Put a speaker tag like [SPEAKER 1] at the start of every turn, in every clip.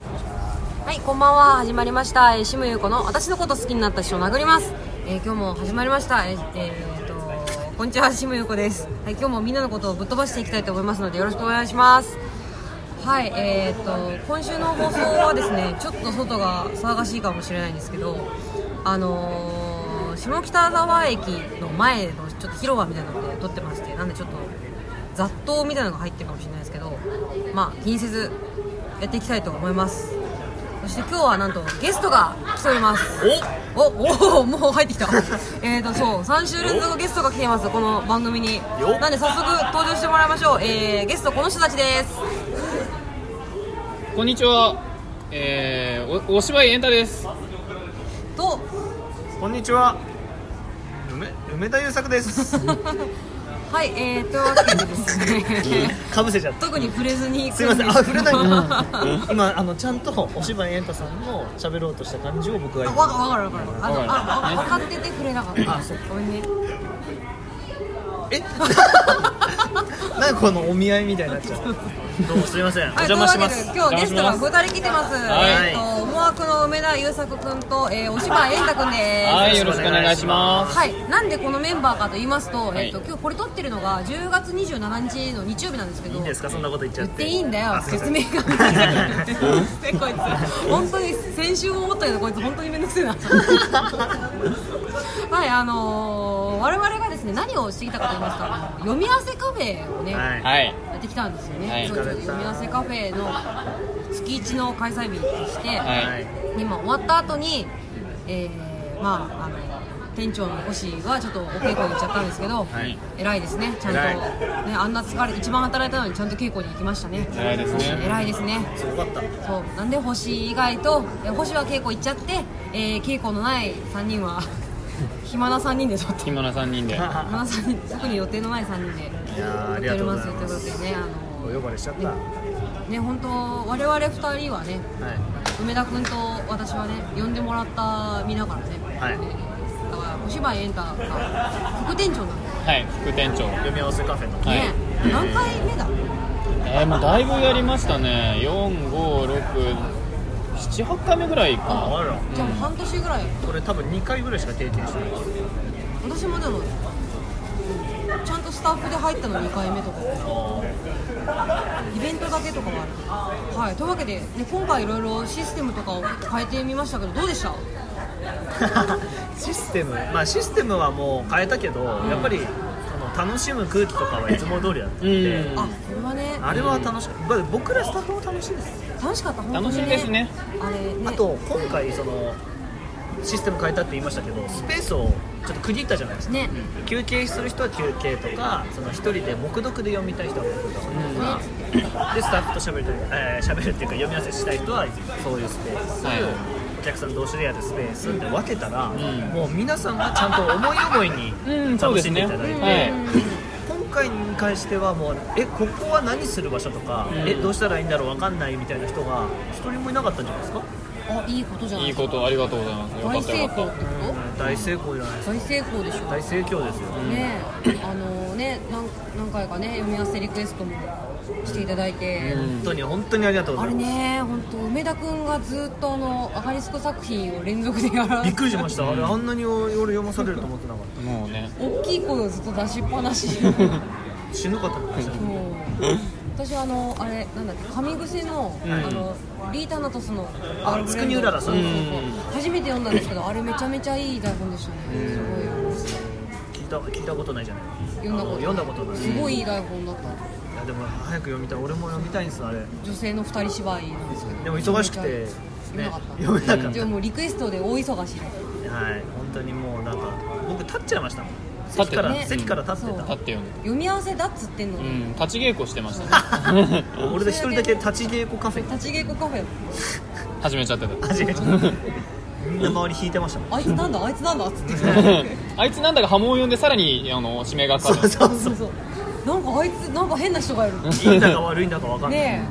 [SPEAKER 1] はい、こんばんは。始まりました。えー、シムユコの私のこと好きになった人を殴ります。えー、今日も始まりました。えー、えーと、こんにちは、シムユコです。はい、今日もみんなのことをぶっ飛ばしていきたいと思いますので、よろしくお願いします。はい、えー、と、今週の放送はですね、ちょっと外が騒がしいかもしれないんですけど、あのー、下北沢駅の前のちょっと広場みたいなので撮ってまして、なんでちょっと雑踏みたいなのが入ってるかもしれないですけど、まあ、気にせずやっていきたいと思います。そして今日はなんとゲストが来ておりますおおおもう入ってきたえーとそう3週連続ゲストが来ていますこの番組に
[SPEAKER 2] よ
[SPEAKER 1] なんで早速登場してもらいましょう、えー、ゲストこの人たちです
[SPEAKER 3] こんにちは、えー、おお芝居エンタです。
[SPEAKER 1] と
[SPEAKER 2] こんにちは梅梅田優作です
[SPEAKER 1] はいえ ー、というわけでですね
[SPEAKER 2] かぶせちゃった
[SPEAKER 1] 特に触れずに
[SPEAKER 2] すいませんあ触れない
[SPEAKER 1] わ
[SPEAKER 2] 今あのちゃんとお芝居エンタさんの喋ろうとした感じを僕が
[SPEAKER 1] かるわかるわかるあのああ分かってて触れなかったあそうごめんね
[SPEAKER 2] えなんかこのお見合いみたいになっちゃうどうもすいませんお
[SPEAKER 1] はい、というわけで今日ゲストが2人来てます
[SPEAKER 3] はい
[SPEAKER 1] えーと思惑の梅田優作君と、えー、お芝居円太君です
[SPEAKER 3] はい、よろしくお願いします。
[SPEAKER 1] はい、なんでこのメンバーかと言いますと、
[SPEAKER 3] はい
[SPEAKER 1] えっと今日これ撮ってるのが10月27日の日曜日なんですけど、
[SPEAKER 2] いいんですかそんなこと言っちゃ
[SPEAKER 1] 言
[SPEAKER 2] っ
[SPEAKER 1] ってていいんだよ
[SPEAKER 2] あ、すい
[SPEAKER 1] 説
[SPEAKER 2] ません
[SPEAKER 1] 明が めんどくさいからね。こいつ、本当に先週も思ったけど、こいつ本当にめんどくせえな。はい、あのー、我々がですね、何をしてきたかと言いますと、あの読み合わせカフェをね、
[SPEAKER 2] はい
[SPEAKER 3] はい、
[SPEAKER 1] やってきたんですよね。
[SPEAKER 3] はい
[SPEAKER 1] そうそう読み合わせカフェの月一の開催日として。
[SPEAKER 3] は
[SPEAKER 2] はいい、
[SPEAKER 1] 今終わった後に、えーまああの店長の星はちょっとお稽古に行っちゃったんですけど、
[SPEAKER 2] はい
[SPEAKER 1] 偉いですねちゃんと
[SPEAKER 2] 偉い
[SPEAKER 1] ねあんな疲れ一番働いたのにちゃんと稽古に行きましたね
[SPEAKER 3] 偉いですね。
[SPEAKER 1] 偉いですね
[SPEAKER 2] すごかった
[SPEAKER 1] そうなんで星以外とえ星は稽古行っちゃって、えー稽古のない3人は 暇な3人で撮って
[SPEAKER 3] 暇な三人で。
[SPEAKER 1] 暇な3人特に予定のない3人で
[SPEAKER 2] いやー
[SPEAKER 1] 撮
[SPEAKER 2] あ
[SPEAKER 1] って
[SPEAKER 2] り
[SPEAKER 1] お
[SPEAKER 2] が
[SPEAKER 1] り
[SPEAKER 2] とうご
[SPEAKER 1] ま
[SPEAKER 2] ざ
[SPEAKER 1] すとい
[SPEAKER 2] いま
[SPEAKER 1] うこと
[SPEAKER 2] す
[SPEAKER 1] でねあ
[SPEAKER 2] お呼ばれしちゃった、は
[SPEAKER 1] のね本当我々2人はね梅田君と私はね呼んでもらった身だからね
[SPEAKER 2] い、はい、
[SPEAKER 1] だからお芝居エンタが副店長なのね、
[SPEAKER 3] はい、副店長。
[SPEAKER 2] 読み合わせカフェの
[SPEAKER 3] はい
[SPEAKER 1] 何回目だ
[SPEAKER 3] えー、もうだいぶやりましたね。四五六七八回目ぐらいか
[SPEAKER 2] あ
[SPEAKER 3] な。
[SPEAKER 2] ら
[SPEAKER 1] じゃあもう半年ぐらい
[SPEAKER 2] これ多分2回ぐらいしか経験してない
[SPEAKER 1] 私もでもちゃんとスタッフで入ったの2回目とかイベントだけとかはあるはいというわけで、ね、今回いろいろシステムとかを変えてみましたけどどうでした
[SPEAKER 2] システム、まあ、システムはもう変えたけど、やっぱりその楽しむ空気とかはいつも通りだったので、
[SPEAKER 3] うん
[SPEAKER 1] あこれはね
[SPEAKER 2] あれは楽しかった僕らスタッフも楽しいです、
[SPEAKER 1] 楽しかった本当に、ね、
[SPEAKER 3] 楽しいですね
[SPEAKER 1] あれね
[SPEAKER 2] あと今回そのシステム変えたって言いましたけどスペースをちょっと区切ったじゃないですか、
[SPEAKER 1] ね
[SPEAKER 2] 休憩する人は休憩とかその一人で黙読で読みたい人は黙読とか、でスタッフと喋ると、えー、喋るっていうか読み合わせしたい人はそういうスペース、
[SPEAKER 3] はい
[SPEAKER 2] お客さん同士でやるスペースって分けたら、
[SPEAKER 3] ん
[SPEAKER 2] もう皆さんがちゃんと思い思いに
[SPEAKER 3] うん、そう
[SPEAKER 2] 楽
[SPEAKER 3] です
[SPEAKER 2] しんでい
[SPEAKER 3] ね。
[SPEAKER 2] ただいて、
[SPEAKER 3] は
[SPEAKER 2] 今回に関してはもうえここは何する場所とか、
[SPEAKER 3] うん。
[SPEAKER 2] えどうしたらいいんだろうわかんないみたいな人が一人もいなかったんじゃないですか、
[SPEAKER 1] あいいことじゃない
[SPEAKER 3] い
[SPEAKER 1] い
[SPEAKER 3] い
[SPEAKER 1] ですか
[SPEAKER 3] ことありがとうございます。よか
[SPEAKER 1] 大
[SPEAKER 3] った
[SPEAKER 1] 成
[SPEAKER 3] よか
[SPEAKER 1] 功
[SPEAKER 3] っ
[SPEAKER 1] ってこ
[SPEAKER 2] うん大成功じゃないです
[SPEAKER 1] と大成功でしょ
[SPEAKER 2] か大盛況ですよ、
[SPEAKER 1] ねあのね何何回かね読み合わせリクエストもしていただいて、
[SPEAKER 2] 本当に本当にありがとうご
[SPEAKER 1] あ
[SPEAKER 2] ざ
[SPEAKER 1] れ
[SPEAKER 2] います
[SPEAKER 1] ね本当梅田くんがずっとあのアガリスク作品を連続でやら
[SPEAKER 2] びっくりしました、あれ
[SPEAKER 3] うん。
[SPEAKER 2] あんなに俺読まされると思ってなかった
[SPEAKER 3] もうね。
[SPEAKER 1] 大きい声をずっと出しっぱなし
[SPEAKER 2] た死ぬかと思いました
[SPEAKER 1] もう私あのあれなんだっけ神癖の、
[SPEAKER 3] ん
[SPEAKER 1] あのリー・タナトスの
[SPEAKER 2] あ
[SPEAKER 1] の
[SPEAKER 2] つくにうららさん
[SPEAKER 1] そうそうそう
[SPEAKER 3] うん
[SPEAKER 1] 初めて読んだんですけどあれめちゃめちゃいい台本でしたねすご
[SPEAKER 2] 聞いた聞いたことないじゃない
[SPEAKER 1] い読んだこと
[SPEAKER 2] あの読んだことない
[SPEAKER 1] いすごいいい台本だった
[SPEAKER 2] いやでも早く読みたい俺も読みたいんですあれ
[SPEAKER 1] 女性の二人芝居なんですけど
[SPEAKER 2] でも忙しくて
[SPEAKER 1] めち
[SPEAKER 2] ね
[SPEAKER 1] ゃ読
[SPEAKER 2] 読
[SPEAKER 1] め
[SPEAKER 2] めなかっ
[SPEAKER 1] で
[SPEAKER 2] た、
[SPEAKER 1] ももうリクエストで大忙し
[SPEAKER 2] はい本当にもうなんか僕立っちゃいましたもん
[SPEAKER 3] 立って
[SPEAKER 2] 席から、
[SPEAKER 1] ね
[SPEAKER 2] 席から立って
[SPEAKER 1] そう
[SPEAKER 2] た
[SPEAKER 3] 立ってよね。
[SPEAKER 1] 読み合わせだっつってんの
[SPEAKER 3] う
[SPEAKER 1] に、
[SPEAKER 3] ん、立ち稽古してましたね。
[SPEAKER 2] 俺で一人だけ立ち稽古カフェ
[SPEAKER 1] 立ち稽古カフェ
[SPEAKER 3] 始めちゃってた。
[SPEAKER 2] 始めちゃったみんな周り引いてましたもん
[SPEAKER 1] あいつなんだあいつなんだっつって
[SPEAKER 3] あいつなんだか波紋を呼んでさらにあの締めがかか
[SPEAKER 2] そう
[SPEAKER 3] る
[SPEAKER 2] そう
[SPEAKER 1] そうそうなんかあいつなんか変な人がいる
[SPEAKER 2] いいんだか悪いんだか分かんない、
[SPEAKER 1] ね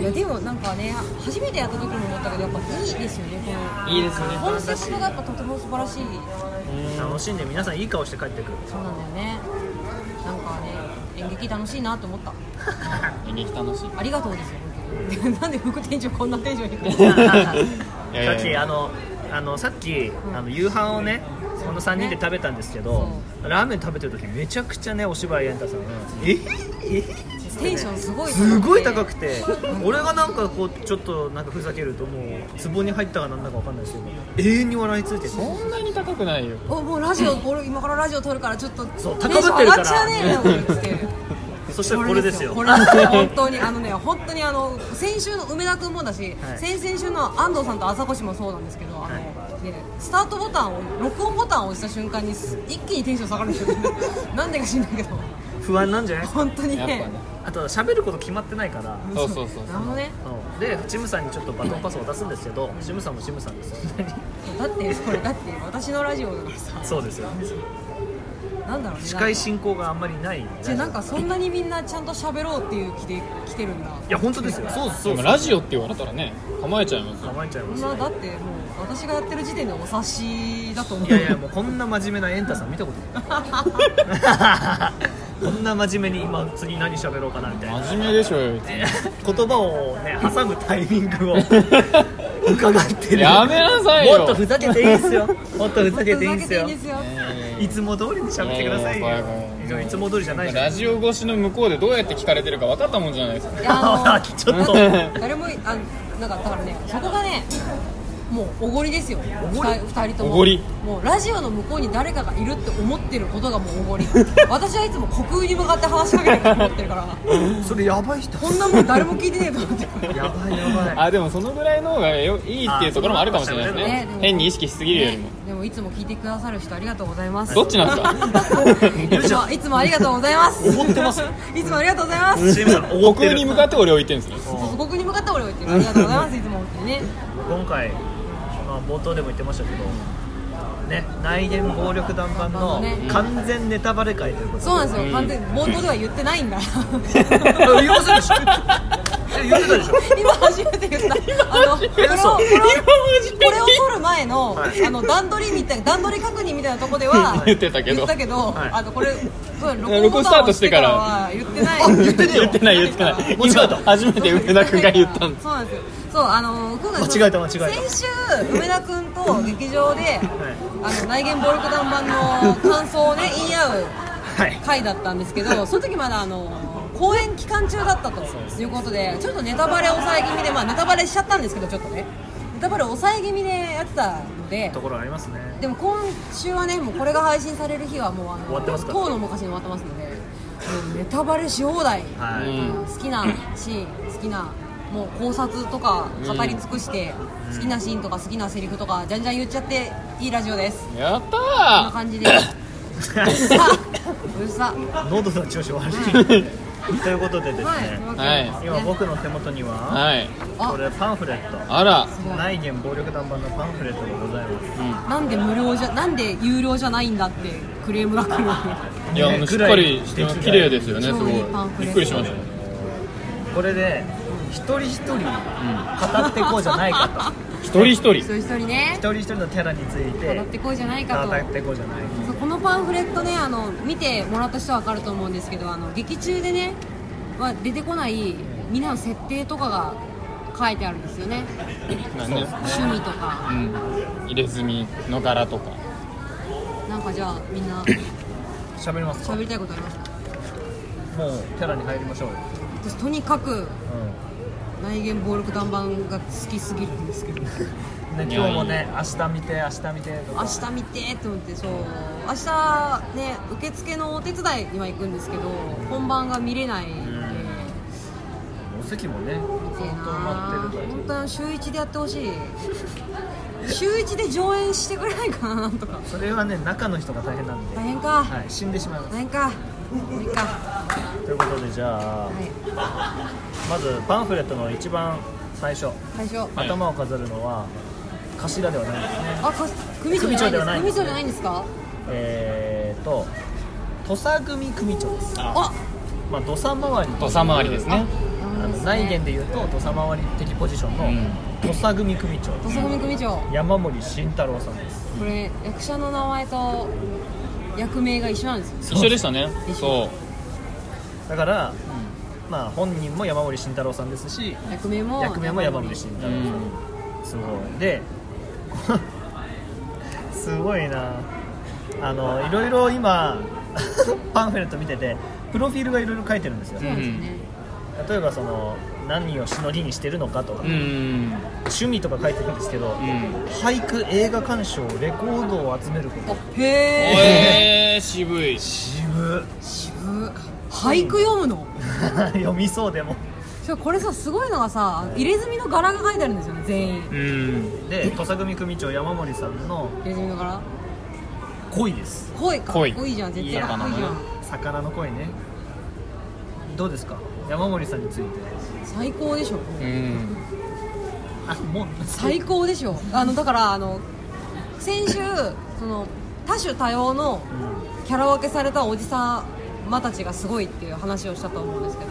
[SPEAKER 1] いやでもなんかね初めてやった時も思ったけどやっぱいいですよねこの
[SPEAKER 3] いいですね
[SPEAKER 1] コンセプトがやっぱとても素晴らしい
[SPEAKER 2] 楽しんで皆さんいい顔して帰ってくる
[SPEAKER 1] そうなんだよねなんかね演劇楽しいなと思った
[SPEAKER 3] 演劇楽しい
[SPEAKER 1] ありがとうですよ本当に なんで副店長こんなテンション低い
[SPEAKER 3] いやいやいや
[SPEAKER 2] さっきあのあのさっき、
[SPEAKER 1] ん
[SPEAKER 2] あの夕飯をねこの3人で食べたんですけど、ラーメン食べてる時めちゃくちゃねお芝居エンタさんが「ええ
[SPEAKER 1] テンションすごい
[SPEAKER 2] すごい高くて俺がなんかこうちょっとなんかふざけるともう壺に入ったかなんだかわかんないですけど永遠に笑いついてて
[SPEAKER 3] そんなに高くないよ
[SPEAKER 1] おもうラジオ俺今からラジオ撮るからちょっと
[SPEAKER 2] そう
[SPEAKER 1] テンション上がっちゃうね
[SPEAKER 3] 高ぶってる
[SPEAKER 1] みたいなこと言って
[SPEAKER 2] そしたらこれですよ
[SPEAKER 1] これですよ 本当にあのね本当にあの先週の梅田君もだし、
[SPEAKER 2] はい
[SPEAKER 1] 先々週の安藤さんと朝越もそうなんですけどあの、ね、スタートボタンを録音ボタンを押した瞬間にす一気にテンション下がるんですよねなんでか知んないけど
[SPEAKER 2] 不安なんじゃない
[SPEAKER 1] 本当に
[SPEAKER 3] やっぱね
[SPEAKER 1] ね
[SPEAKER 2] あと喋ること決まってないから
[SPEAKER 3] そうそうそ
[SPEAKER 1] な
[SPEAKER 3] う
[SPEAKER 1] るほどね
[SPEAKER 2] うんでチムさんにちょっとバトンパスを出すんですけどチムさんもチムさんですよ
[SPEAKER 1] だってこれだって私のラジオだからさ
[SPEAKER 2] そうですよ
[SPEAKER 1] なんだろうね
[SPEAKER 2] 司会進行があんまりない
[SPEAKER 1] じゃあなんかそんなにみんなちゃんと喋ろうっていう気で来てるんだ
[SPEAKER 2] いや本当ですよそう
[SPEAKER 3] でもラジオって言われたらね構えちゃいますよ
[SPEAKER 2] 構えちゃい
[SPEAKER 1] そ
[SPEAKER 2] ま
[SPEAKER 1] ん
[SPEAKER 2] す
[SPEAKER 1] な
[SPEAKER 2] ね
[SPEAKER 1] だってもう私がやってる時点でお察しだと思う
[SPEAKER 2] いやいやもうこんな真面目なエンタさん見たことないこんな真面目に今次何喋ろうかなみたいな
[SPEAKER 3] 真面目でしょよいつも
[SPEAKER 2] 言葉を ね挟むタイミングを伺ってる
[SPEAKER 3] やめなさいよ
[SPEAKER 2] もっとふざけていいん すよもっとふざけていいんすよ
[SPEAKER 1] ふざけていいんですよ
[SPEAKER 2] いつも通りに喋ってくださいよ
[SPEAKER 3] いやいやいやいや
[SPEAKER 2] いつも通りじゃないじゃ
[SPEAKER 3] ラ
[SPEAKER 2] ん
[SPEAKER 3] ジオ越しの向こうでどうやって聞かれてるか分かったもんじゃないですか
[SPEAKER 1] いやあの
[SPEAKER 2] ちょっと
[SPEAKER 1] 誰もいあなんかだからねそこがねもうおごりですよ
[SPEAKER 2] おごり
[SPEAKER 1] 二人二人とも
[SPEAKER 3] おごり
[SPEAKER 1] もうラジオの向こうに誰かがいるって思ってることがもうおごり私はいつも虚空に向かって話しかけてると思ってるから
[SPEAKER 2] それやばい人
[SPEAKER 1] こんなもん誰も聞いてねえと思って
[SPEAKER 2] やばいやばい
[SPEAKER 3] あでもそのぐらいの方がよいいっていうところもあるかもしれないです
[SPEAKER 1] ね
[SPEAKER 3] ね
[SPEAKER 1] でも
[SPEAKER 3] 変に意識しすぎるよりも、
[SPEAKER 1] ねでもいつも聞いてくださる人ありがとうございます
[SPEAKER 3] どっちなんです か
[SPEAKER 1] いつもいつもありがとうございます
[SPEAKER 2] おごってます
[SPEAKER 1] いつもありがとうございます
[SPEAKER 2] チームさんお
[SPEAKER 3] お
[SPEAKER 2] ごって
[SPEAKER 3] 空
[SPEAKER 2] る
[SPEAKER 3] に向かって俺を置いてるんですね
[SPEAKER 1] そうそうここに向かって俺を言ってるありがとうございますいつも本当にね
[SPEAKER 2] 今回、まあ、冒頭でも言ってましたけど、ね、内縁暴力団版の
[SPEAKER 1] ね
[SPEAKER 2] 完全ネタバレ会ということで、
[SPEAKER 1] そうなんですよ完全に冒頭では言ってないんだ
[SPEAKER 2] あ言いませんでしたえ言ってたでしょ
[SPEAKER 1] 今初めて言ったあのこれを
[SPEAKER 2] 嘘
[SPEAKER 1] これを
[SPEAKER 3] 今初めて
[SPEAKER 1] これを撮る前の,、
[SPEAKER 2] はい
[SPEAKER 1] あの段取りみたい段取り確認みたいなとこでは
[SPEAKER 3] 言ってたけど
[SPEAKER 1] 言ったけど、
[SPEAKER 2] はい
[SPEAKER 1] あのこれそう
[SPEAKER 3] いや録音スタートしてから
[SPEAKER 1] は言ってない 言って
[SPEAKER 3] 言ってない言ってない今初めて梅田君が言ったんです
[SPEAKER 1] そうなんですよそうあの今回
[SPEAKER 2] 間違えた間違えた
[SPEAKER 1] 先週梅田君と劇場で、あの内言暴力団版の感想をね言い合う
[SPEAKER 2] はい
[SPEAKER 1] 回だったんですけ どその時まだあの公演期間中だったということでちょっとネタバレ抑え気味でまあネタバレしちゃったんですけどちょっとねネタバレ抑え気味でやってたので
[SPEAKER 2] ところありますね
[SPEAKER 1] でも今週はねもうこれが配信される日はもうあ
[SPEAKER 2] 終わって
[SPEAKER 1] の
[SPEAKER 2] ますか
[SPEAKER 1] 当の昔に終わってますのでもうネタバレし放題
[SPEAKER 2] はい、
[SPEAKER 3] うん
[SPEAKER 1] 好きなシーン好きなもう考察とか語り尽くして、好きなシーンとか好きなセリフとかじゃんじゃん言っちゃっていいラジオです
[SPEAKER 3] やっ
[SPEAKER 1] こ
[SPEAKER 3] た
[SPEAKER 1] んな
[SPEAKER 3] ー
[SPEAKER 1] 感じ で うるさうるさ
[SPEAKER 2] 喉の調子悪 い、ということでですね、
[SPEAKER 1] はいというわけで
[SPEAKER 2] 今僕の手元には、
[SPEAKER 3] はい
[SPEAKER 1] あ
[SPEAKER 2] これパンフレット
[SPEAKER 3] あら、
[SPEAKER 1] すごい
[SPEAKER 2] 内縁暴力団版のパンフレットがございます
[SPEAKER 3] う
[SPEAKER 1] なんで無料じゃなんで有料じゃないんだってクレームが来る
[SPEAKER 3] ん、いやあのしっかりしてます綺麗ですよねす
[SPEAKER 1] 超
[SPEAKER 3] ごい
[SPEAKER 1] いいパンフレット
[SPEAKER 3] びっくりしました
[SPEAKER 2] これで一人一人語っていこうじゃないか
[SPEAKER 3] 一人一人
[SPEAKER 1] 一人一人ね
[SPEAKER 2] と一人一人のキャラについて
[SPEAKER 1] 語ってこうじゃないかと
[SPEAKER 2] 語っていこうじゃないか
[SPEAKER 1] そうこのパンフレットねあの見てもらった人は分かると思うんですけどあの劇中でねは出てこないみんなの設定とかが書いてあるんですよね
[SPEAKER 3] なんね
[SPEAKER 1] 趣味とか
[SPEAKER 3] うん入れ墨の柄とか
[SPEAKER 1] なんかじゃあみんな
[SPEAKER 2] 喋りますか
[SPEAKER 1] 喋りたいことありますか
[SPEAKER 2] もうキャラに入りましょうよ、
[SPEAKER 1] 私とにかく内言暴力団版が好きすぎるんですけど
[SPEAKER 2] うんで今日もね明日見て明日見てと
[SPEAKER 1] 明
[SPEAKER 2] か
[SPEAKER 1] 日見てーって思ってそう明日ね受付のお手伝い今行くんですけど本番が見れないんで
[SPEAKER 2] んお席もね
[SPEAKER 1] 見てえな
[SPEAKER 2] 本当待ってるから
[SPEAKER 1] 本当は週一でやってほしい週一で上演してくれないかななんとか
[SPEAKER 2] それはね中の人が大変なんで、
[SPEAKER 1] 大変か、
[SPEAKER 2] はい、死んでしまいます
[SPEAKER 1] 大変かもういいかは
[SPEAKER 2] ということでじゃあ
[SPEAKER 1] い
[SPEAKER 2] まずパンフレットの一番最初
[SPEAKER 1] 最初
[SPEAKER 3] はい
[SPEAKER 2] 頭を飾るのは頭ではないですね
[SPEAKER 1] あか組長じゃないんです組長
[SPEAKER 2] 組長で
[SPEAKER 1] じ
[SPEAKER 2] は
[SPEAKER 1] ゃ
[SPEAKER 2] な
[SPEAKER 1] ないいんですか
[SPEAKER 2] えーと土佐組組長です
[SPEAKER 1] あ
[SPEAKER 2] まあ土佐回り
[SPEAKER 3] 土佐回りですね
[SPEAKER 2] あの
[SPEAKER 1] ですね
[SPEAKER 2] 内言で言うと土佐回り的ポジションの
[SPEAKER 3] うん
[SPEAKER 2] 土佐組組長
[SPEAKER 1] 土佐組組長
[SPEAKER 2] 山森慎太郎さんです
[SPEAKER 1] これ役者の名前と役名が一緒なんですよ
[SPEAKER 3] 一緒でしたね
[SPEAKER 1] 一緒
[SPEAKER 3] そ
[SPEAKER 2] だから、まあ本人も山森慎太郎さんですし
[SPEAKER 1] 役名も
[SPEAKER 2] 役名も山森慎太
[SPEAKER 3] う、う
[SPEAKER 2] 郎さん、
[SPEAKER 3] ん、
[SPEAKER 2] すごいで こすごいなあのいろいろ今 パンフレット見ててプロフィールがいろいろ書いてるんですよ、
[SPEAKER 1] そうですね、
[SPEAKER 2] 例えばその何をしのりにしてるのかとか、
[SPEAKER 3] うん
[SPEAKER 2] 趣味とか書いてるんですけど、
[SPEAKER 3] うん
[SPEAKER 2] 俳句映画鑑賞レコードを集めること
[SPEAKER 1] あへえ
[SPEAKER 3] えー、渋い
[SPEAKER 2] 渋
[SPEAKER 1] 俳句読むの
[SPEAKER 2] 読みそうでも
[SPEAKER 1] しかもこれさすごいのがさ入れ墨の柄が書いてあるんですよね全員
[SPEAKER 3] うん
[SPEAKER 2] で土佐組組長山森さんの
[SPEAKER 1] 入れ墨の柄
[SPEAKER 2] 恋です
[SPEAKER 1] 恋か
[SPEAKER 3] 恋
[SPEAKER 1] っこいいじゃん絶対かっこいいじゃん
[SPEAKER 2] 魚の恋ねどうですか山森さんについて
[SPEAKER 1] 最高でしょ
[SPEAKER 3] うん
[SPEAKER 2] あもう
[SPEAKER 1] 最高でしょあのだからあの先週その多種多様のキャラ分けされたおじさまたちがすごいっていう話をしたと思うんですけど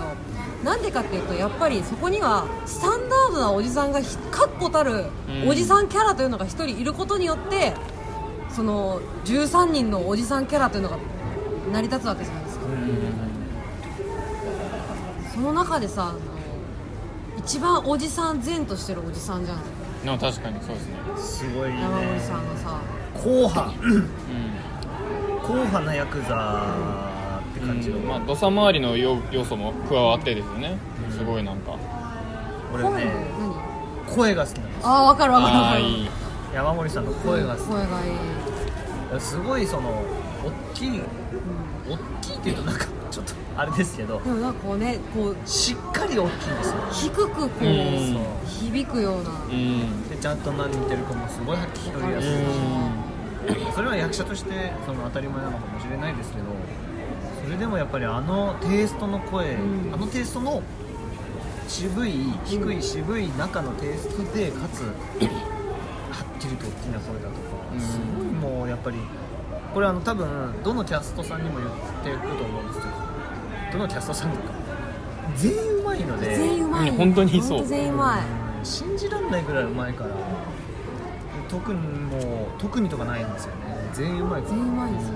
[SPEAKER 1] なんでかっていうとやっぱりそこにはスタンダードなおじさんがひ確固たる
[SPEAKER 3] うん
[SPEAKER 1] おじさんキャラというのが1人いることによってその13人のおじさんキャラというのが成り立つわけじゃないですかその中でさあの一番おじさん善としてるおじさんじゃない
[SPEAKER 3] でも確かにそうですね
[SPEAKER 2] すごいね
[SPEAKER 1] 山森さんがさ
[SPEAKER 2] 後半
[SPEAKER 3] う
[SPEAKER 2] 後半なヤクザって
[SPEAKER 3] ん
[SPEAKER 2] 感じの、
[SPEAKER 3] まあ土佐回りの要要素も加わってですよねすごいなんか
[SPEAKER 2] 俺
[SPEAKER 1] 声
[SPEAKER 2] ね
[SPEAKER 1] 何
[SPEAKER 2] 声が好きなの
[SPEAKER 1] ああ分かる分かる分
[SPEAKER 3] あ
[SPEAKER 1] か
[SPEAKER 3] あ
[SPEAKER 1] る
[SPEAKER 3] いい
[SPEAKER 2] 山森さんの声が好き
[SPEAKER 1] 声がいい、
[SPEAKER 2] すごいその大きい大きいっていうとなんかちょっとあれですけど
[SPEAKER 1] うん、でもなんかこうねこう
[SPEAKER 2] しっかり大きいんですよ
[SPEAKER 1] 低くこう、
[SPEAKER 3] うん
[SPEAKER 1] 響くような
[SPEAKER 3] うん
[SPEAKER 2] でちゃんと何言ってるかもすごいはっきりとりやすいそれは役者としてその当たり前なのかもしれないですけどそれでもやっぱりあのテイストの声、
[SPEAKER 1] うん
[SPEAKER 2] あのテイストの渋い低い渋い中のテイストでか つはっきりと大きな声だとか、
[SPEAKER 3] うん
[SPEAKER 2] すごいもうやっぱりこれあの多分どのキャストさんにも言ってると思うんですけどどのキャストさんとか全員うまいので
[SPEAKER 1] 全員うまい、
[SPEAKER 3] うん本当にそう
[SPEAKER 1] 本全員うまい、
[SPEAKER 2] うん信じられないぐらいうまいから特にもう特にとかないんですよね全員うまいから
[SPEAKER 1] 全員うまいんですよ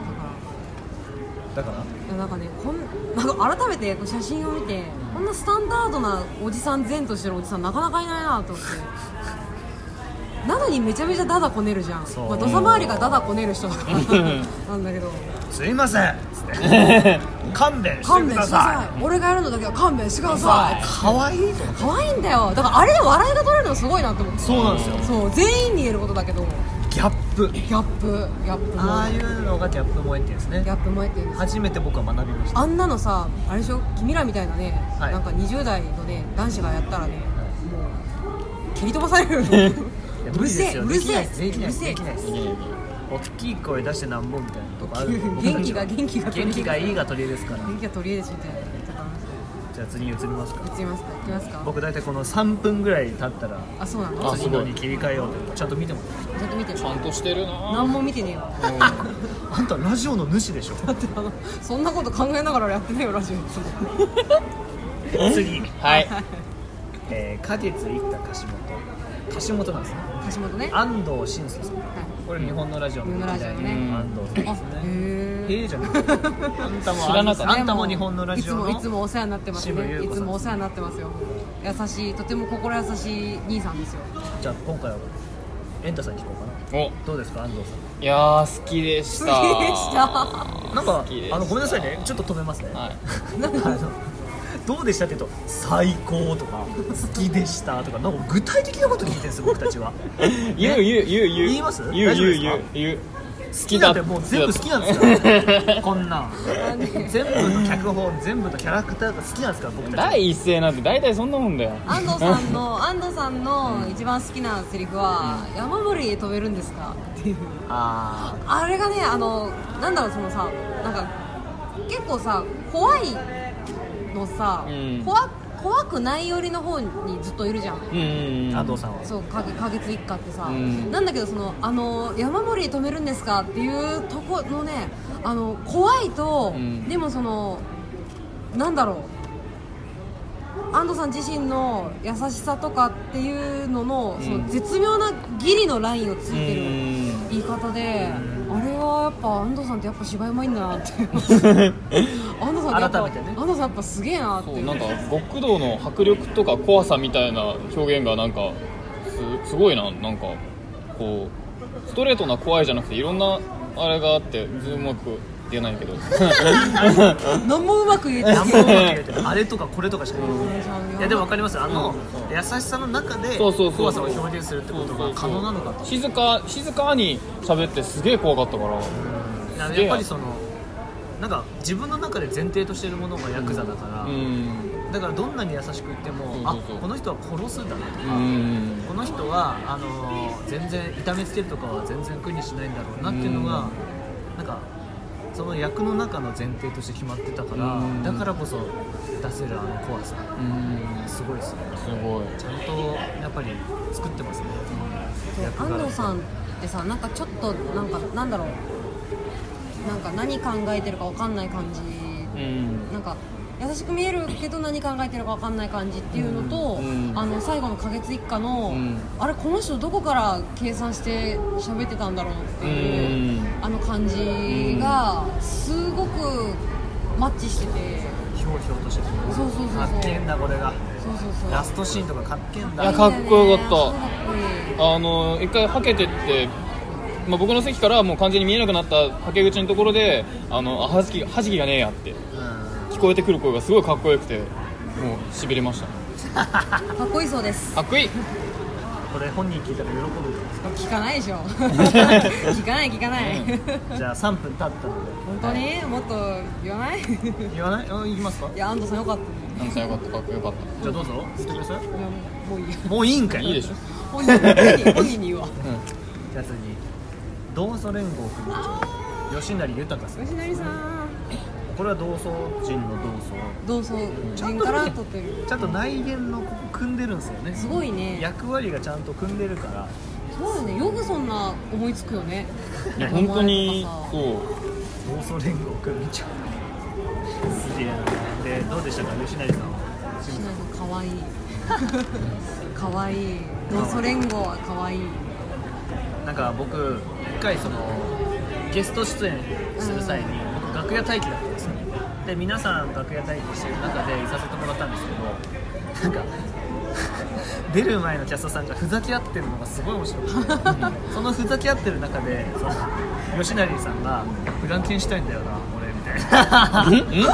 [SPEAKER 1] だから
[SPEAKER 2] だから
[SPEAKER 1] いやなんかねこんなんか改めてこう写真を見てこんなスタンダードなおじさん善としてるおじさんなかなかいないなと思ってなのにめちゃめちゃダダこねるじゃん
[SPEAKER 2] そう
[SPEAKER 1] まあ、土佐回りがダダこねる人だ から
[SPEAKER 3] うん
[SPEAKER 1] なんだけど
[SPEAKER 2] すいませんつって 勘弁して
[SPEAKER 1] 勘弁
[SPEAKER 2] く
[SPEAKER 1] してく
[SPEAKER 2] だ
[SPEAKER 1] だ
[SPEAKER 2] さ
[SPEAKER 1] さい俺がやるのだけは勘弁してくだ
[SPEAKER 2] い
[SPEAKER 1] さ
[SPEAKER 2] 可愛いと
[SPEAKER 1] い可愛いんだよだからあれで笑いが取れるのすごいなって思って
[SPEAKER 2] そうなんですよ
[SPEAKER 1] そう全員に言えることだけど
[SPEAKER 2] ギャップ
[SPEAKER 1] ギャップギャップ
[SPEAKER 2] ああ
[SPEAKER 1] 萌え
[SPEAKER 2] いうのがギャップ萌えっていうんですね
[SPEAKER 1] ギャップ萌えっていうんです
[SPEAKER 2] 初めて僕は学びました
[SPEAKER 1] あんなのさあれでしょ君らみたいなね、
[SPEAKER 2] はい
[SPEAKER 1] なんか20代のね男子がやったらね
[SPEAKER 2] は
[SPEAKER 1] もう蹴り飛ばされるよ
[SPEAKER 2] いや
[SPEAKER 1] う
[SPEAKER 2] 無
[SPEAKER 1] る
[SPEAKER 2] 理
[SPEAKER 1] せ
[SPEAKER 2] で
[SPEAKER 1] え
[SPEAKER 2] すよ
[SPEAKER 1] うるせえ
[SPEAKER 2] できないです
[SPEAKER 1] うるせえ
[SPEAKER 2] できないですできないです大きい声出してなんぼみたいなとこある僕たちは
[SPEAKER 1] 元気が元気が
[SPEAKER 2] 元気がいいが取り柄ですから
[SPEAKER 1] 元気が取り入れてみたいなちょっと話
[SPEAKER 2] じゃあ次に移りますか
[SPEAKER 1] いついますかいきますか
[SPEAKER 2] 僕大体この3分ぐらい経ったら
[SPEAKER 1] あそうなの
[SPEAKER 3] あ
[SPEAKER 1] ち
[SPEAKER 2] 次のに切り替えようとちゃんと見てもら
[SPEAKER 1] ょっと見て
[SPEAKER 3] ちゃんとしてるな
[SPEAKER 1] 何も見てねえよ
[SPEAKER 2] あんたラジオの主でしょ
[SPEAKER 1] だってあのそんなこと考えながらやってねえよラジオいつも
[SPEAKER 2] 次、
[SPEAKER 3] はい
[SPEAKER 2] えー、花月一家樫本樫本なんですね
[SPEAKER 1] 橋本ね
[SPEAKER 2] 安藤真介さんこれ日本のラジオの歴代の
[SPEAKER 1] 日
[SPEAKER 2] 安
[SPEAKER 3] 本の
[SPEAKER 2] 藤さんです
[SPEAKER 1] あ
[SPEAKER 2] ね
[SPEAKER 1] へ
[SPEAKER 2] ええ
[SPEAKER 1] え
[SPEAKER 2] じゃんあんたも
[SPEAKER 3] 知らなかった
[SPEAKER 2] あんたも日本のラジオの
[SPEAKER 1] いつもいつもお世話になってます
[SPEAKER 2] 渋
[SPEAKER 1] ね
[SPEAKER 2] 優
[SPEAKER 1] い
[SPEAKER 2] 子さん
[SPEAKER 1] つもお世話になってますよ優しいとても心優しい兄さんですよ
[SPEAKER 2] じゃあ今回はエンタさん聞こうかな
[SPEAKER 3] お
[SPEAKER 2] どうですか安藤さ
[SPEAKER 3] いやー好きでした
[SPEAKER 1] 好きで した
[SPEAKER 2] んなんか
[SPEAKER 3] 好きでした
[SPEAKER 2] あのごめんなさいねちょっと止めますね、
[SPEAKER 3] はい
[SPEAKER 2] あのどうでしたって言うと「最高」とか「好きでした」とかなんか具体的なこと聞いてるんですよ僕たちは
[SPEAKER 3] 言う言う言う言う
[SPEAKER 2] 言います
[SPEAKER 3] 言う
[SPEAKER 2] 大丈夫
[SPEAKER 3] 言う
[SPEAKER 2] ですか
[SPEAKER 3] 言う言う
[SPEAKER 2] 好きだってもう全部好きなんですからこんなん全部の脚本全部のキャラクターが好きなんですから僕たちは
[SPEAKER 3] 第一声なんて大体そんなもんだよ
[SPEAKER 1] 安藤さんの安藤さんの一番好きなセリフは「山盛りへ飛べるんですか?」っていう
[SPEAKER 2] あ
[SPEAKER 1] あれがねあのなんだろうそのさなんか結構さ怖いのさ、
[SPEAKER 3] うん
[SPEAKER 1] 怖怖くない寄りの方にずっといるじゃん
[SPEAKER 3] うんうんうん
[SPEAKER 2] ー安藤さんは
[SPEAKER 1] そうか花月一家ってさ、
[SPEAKER 3] うん
[SPEAKER 1] なんだけどそのあの山盛り止めるんですかっていうとこのねあの怖いと、
[SPEAKER 3] うん
[SPEAKER 1] でもそのなんだろう安藤さん自身の優しさとかっていうのの,、
[SPEAKER 3] うん
[SPEAKER 1] その絶妙なギリのラインをついてる
[SPEAKER 3] う
[SPEAKER 1] 言い方で、あれはやっぱ安藤さんってやっぱ芝居うまいんだなって安藤さんってやっぱ
[SPEAKER 2] 改めてね
[SPEAKER 1] 安藤さんやっぱすげえなって
[SPEAKER 3] そうなんか極道の迫力とか怖さみたいな表現がなんかすすごいななんかこうストレートな怖いじゃなくていろんなあれがあって全然うまく出ないけど
[SPEAKER 1] 何もうまく言えてない
[SPEAKER 2] 何もうまく言えてないあれとかこれとかしか言えてないいやでも分かりますあの、
[SPEAKER 3] うん
[SPEAKER 2] 優しさの中で
[SPEAKER 3] そうそうそう
[SPEAKER 2] 怖さを表現するってことが可能なのかと
[SPEAKER 3] 静か静かに喋ってすげえ怖かったから
[SPEAKER 2] や
[SPEAKER 3] すげえ
[SPEAKER 2] っぱりそのなんか自分の中で前提としてるものがヤクザだから、
[SPEAKER 3] うん
[SPEAKER 2] だからどんなに優しく言っても、
[SPEAKER 3] そうそうそう
[SPEAKER 2] あこの人は殺すんだなと
[SPEAKER 3] う
[SPEAKER 2] か、
[SPEAKER 3] ん
[SPEAKER 2] この人はあのー全然痛めつけるとかは全然苦にしないんだろうなっていうのが、なんかその役の中の前提として決まってたから、
[SPEAKER 3] うん
[SPEAKER 2] だからこそ出せるあの怖さ
[SPEAKER 3] うん
[SPEAKER 2] すごいですね
[SPEAKER 3] すごい
[SPEAKER 2] ちゃんとやっぱり作ってますね、役
[SPEAKER 1] 安
[SPEAKER 2] 柄
[SPEAKER 1] 藤さんってさなんかちょっとなんかなんだろうなんか何考えてるかわかんない感じ
[SPEAKER 3] うん
[SPEAKER 1] なんか優しく見えるけど何考えてるかわかんない感じっていうのと、
[SPEAKER 3] うん
[SPEAKER 1] あの最後の「花月一家の」
[SPEAKER 3] うん
[SPEAKER 1] あれこの人どこから計算して喋ってたんだろうっていう、
[SPEAKER 3] うん
[SPEAKER 1] あの感じがすごくマッチしてて
[SPEAKER 2] ひょうひょうとしてて
[SPEAKER 1] そうそうそうそう
[SPEAKER 2] かっけえんだこれが
[SPEAKER 1] そうそうそう
[SPEAKER 2] ラストシーンとかかっけえんだ
[SPEAKER 3] いやかっこよかった
[SPEAKER 1] いいんだよねすごいかっこいい
[SPEAKER 3] あの一回はけてって、まあ、僕の席からもう完全に見えなくなったはけ口のところであのあはじきはじきがねえやって
[SPEAKER 2] う
[SPEAKER 3] 聞こえてくる声がすごいかっこよくてもうしびれました
[SPEAKER 1] かっこいいそうです
[SPEAKER 3] かっこいい
[SPEAKER 2] んこれ本人聞いたら喜ぶ
[SPEAKER 1] 聞かないでし ょ聞かない聞かない、
[SPEAKER 2] よじゃあ3分経ったの
[SPEAKER 1] 本当にもっと言わ ないい
[SPEAKER 2] で言わないあ行きますか
[SPEAKER 1] や安藤さんよかったね
[SPEAKER 3] なんさんよかったかっこよかった
[SPEAKER 2] じゃあどうぞ言ってください
[SPEAKER 1] いやもう いいよ
[SPEAKER 2] も ういいんか
[SPEAKER 3] いいでしょ
[SPEAKER 1] 本人本人本人に言うわ
[SPEAKER 2] じゃあ次同祖連合組長吉成豊さん
[SPEAKER 1] 吉成さん
[SPEAKER 2] これは同祖人の
[SPEAKER 1] 同
[SPEAKER 2] 同
[SPEAKER 1] 窓人から撮ってる
[SPEAKER 2] 祖ちゃんと内縁のここ組んでるんですよね
[SPEAKER 1] すごいね
[SPEAKER 2] 役割がちゃんと組んでるから
[SPEAKER 1] そうよねよくそんな思いつくよね
[SPEAKER 3] いや本当に
[SPEAKER 1] お前とかさ
[SPEAKER 3] そう
[SPEAKER 2] 同祖連合組長すげえなでどうでしたか吉成さんは
[SPEAKER 1] 吉成さん可愛い可愛い同窓連合は可愛い
[SPEAKER 2] なんか僕一回そのゲスト出演する際に僕楽屋待機だったんですよで皆さん楽屋待機してる中でいさせてもらったんですけどなんか 出る前のキャストさんがふざけ合ってるのがすごい面白くてそのふざけ合ってる中でその吉成さんが「フランケンしたいんだよな俺」みたいな
[SPEAKER 3] うんうんうん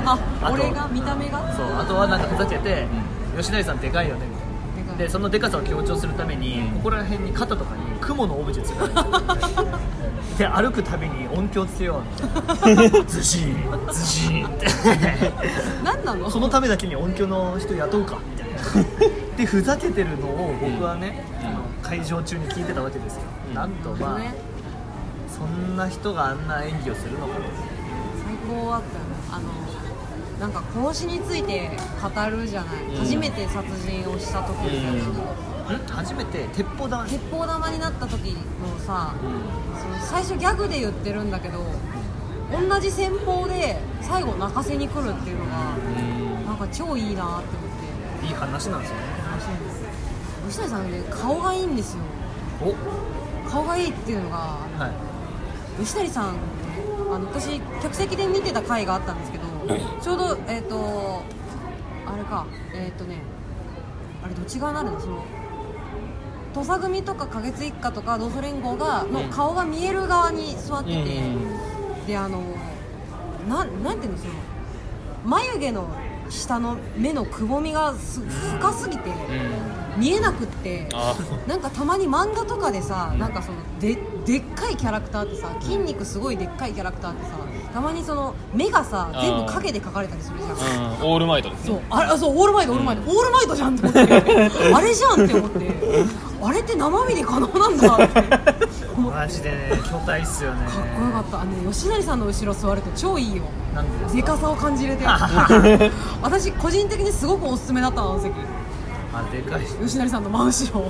[SPEAKER 1] あ俺が見た目が
[SPEAKER 2] そうあとはなんかふざけて「吉成さんでかいよね」みたいな
[SPEAKER 1] で
[SPEAKER 2] でそのでかさを強調するために、
[SPEAKER 3] うん
[SPEAKER 2] ここら辺に肩とかに雲のオブジェつけたりで歩くたびに音響つけ ようみたいなずしーずしー って
[SPEAKER 1] 何なの
[SPEAKER 2] そのためだけに音響の人雇うかみたい なでふざけてるのを僕はね、あの会場中に聞いてたわけですよ、
[SPEAKER 3] うん
[SPEAKER 2] なんとまあ、
[SPEAKER 1] ね
[SPEAKER 2] そんな人があんな演技をするのかと
[SPEAKER 1] 最高だったよねあのなんか殺しについて語るじゃない、
[SPEAKER 3] うん
[SPEAKER 1] 初めて殺人をした時みたいな、
[SPEAKER 3] うん
[SPEAKER 2] 初めて鉄砲弾
[SPEAKER 1] 鉄砲玉になった時のさ、
[SPEAKER 3] うん
[SPEAKER 1] その最初ギャグで言ってるんだけど同じ戦法で最後泣かせに来るっていうのがなんか超いいなって思って
[SPEAKER 2] いい話なんですよね
[SPEAKER 1] 楽しいです吉谷さんね顔がいいんですよ
[SPEAKER 2] お
[SPEAKER 1] 顔がいいっていうのが
[SPEAKER 2] はい
[SPEAKER 1] 吉谷さんねあの私客席で見てた回があったんですけどちょうどえっ、とあれかえっ、とねあれどっち側になるのその土佐組とか花月一家とか同祖連合がの顔が見える側に座ってて、であのななんていうのその眉毛の下の目のくぼみがす深すぎて、
[SPEAKER 3] うん
[SPEAKER 1] 見えなくって
[SPEAKER 3] あ
[SPEAKER 1] なんかたまに漫画とかでさ、
[SPEAKER 3] うん
[SPEAKER 1] なんかそのででっかいキャラクターってさ筋肉すごいでっかいキャラクターってさたまにその目がさ
[SPEAKER 3] あー
[SPEAKER 1] 全部影で描かれたりするじゃん
[SPEAKER 3] うんオールマイトです
[SPEAKER 1] そう
[SPEAKER 3] ね
[SPEAKER 1] あれあそうオールマイトオールマイト、オールマイトじゃんって思ってあれじゃんって思ってあれって生身で可能なんだって思ってかっ
[SPEAKER 2] マジでね巨体っすよねか
[SPEAKER 1] こよかったあのね吉成さんの後ろ座ると超いいよ
[SPEAKER 2] なんでですか
[SPEAKER 1] でかさを感じれて私個人的にすごくおすすめだったのあの席
[SPEAKER 2] あでかい
[SPEAKER 1] 吉成さんの真後ろ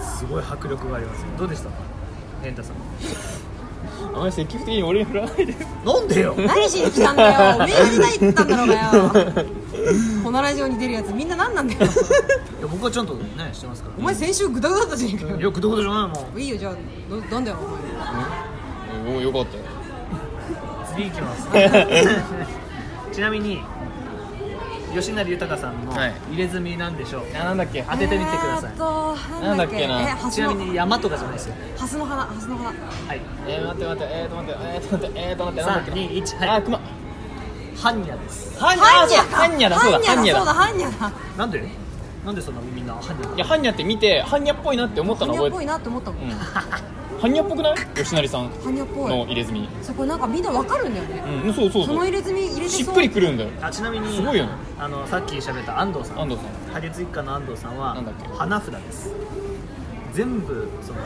[SPEAKER 2] すごい迫力がありますどうでしたかレンタさん
[SPEAKER 3] あまり積極的に俺に振らないで
[SPEAKER 2] なんでよ
[SPEAKER 1] 何しに来たんだよおめえやりたいって言ったんだろうがよこのラジオに出るやつみんな何なんだよ
[SPEAKER 2] いや僕はちゃんとねしてますから
[SPEAKER 1] お前先週グダグダだったじゃねえかよ
[SPEAKER 2] よくどことじゃないもん
[SPEAKER 1] いいよじゃあどなんだよお前
[SPEAKER 3] うんよかったよ
[SPEAKER 2] 次行き ますちなみに吉成豊さんの
[SPEAKER 3] はい
[SPEAKER 2] 入れ墨なんでしょう、
[SPEAKER 3] なんだっけ
[SPEAKER 2] 当ててみてください
[SPEAKER 1] えーっと
[SPEAKER 3] なんだっけな
[SPEAKER 1] えハス
[SPEAKER 2] ちな
[SPEAKER 1] の
[SPEAKER 2] みに山とかじゃないですよ
[SPEAKER 1] ハスの花ハスの花
[SPEAKER 2] はい
[SPEAKER 3] えー、待って待ってえー、と待ってえー、と待ってえー、と待ってなんだっけ
[SPEAKER 2] 321
[SPEAKER 3] な
[SPEAKER 2] は
[SPEAKER 3] あ
[SPEAKER 2] い
[SPEAKER 3] 熊
[SPEAKER 2] ハンニャです
[SPEAKER 3] ハ
[SPEAKER 1] ハンニャ
[SPEAKER 3] ハンニャだそうだハ
[SPEAKER 1] ハ
[SPEAKER 3] ン
[SPEAKER 1] ンニ
[SPEAKER 3] ニ
[SPEAKER 1] ャだ
[SPEAKER 3] ャ
[SPEAKER 1] そうだ
[SPEAKER 3] だ
[SPEAKER 1] ハンニャだ
[SPEAKER 2] なんでなんでそんなみんなハンニャ
[SPEAKER 3] いやハンニャって見てハンニャっぽいなって思った
[SPEAKER 1] ハンニ
[SPEAKER 3] の
[SPEAKER 1] ャっ
[SPEAKER 3] 覚
[SPEAKER 1] ぽい
[SPEAKER 3] えて
[SPEAKER 1] なって思ったもん
[SPEAKER 3] うん
[SPEAKER 1] ハ
[SPEAKER 3] ハンニャっぽくない吉成さん
[SPEAKER 1] ンニャっぽ
[SPEAKER 3] の
[SPEAKER 1] い
[SPEAKER 3] 入れ墨
[SPEAKER 1] そこなんかみんなわかるんだよね
[SPEAKER 3] うんそうそう
[SPEAKER 1] そ
[SPEAKER 3] そ
[SPEAKER 1] の入
[SPEAKER 3] う
[SPEAKER 1] れ墨入れてそう
[SPEAKER 3] しっくりくるんだよ
[SPEAKER 2] あちなみに
[SPEAKER 3] すごいよね
[SPEAKER 2] あのさっき喋った安藤さん
[SPEAKER 3] 安藤さん
[SPEAKER 2] ハゲツ一家の安藤さんは
[SPEAKER 3] なんだっけ
[SPEAKER 2] 花札です全部その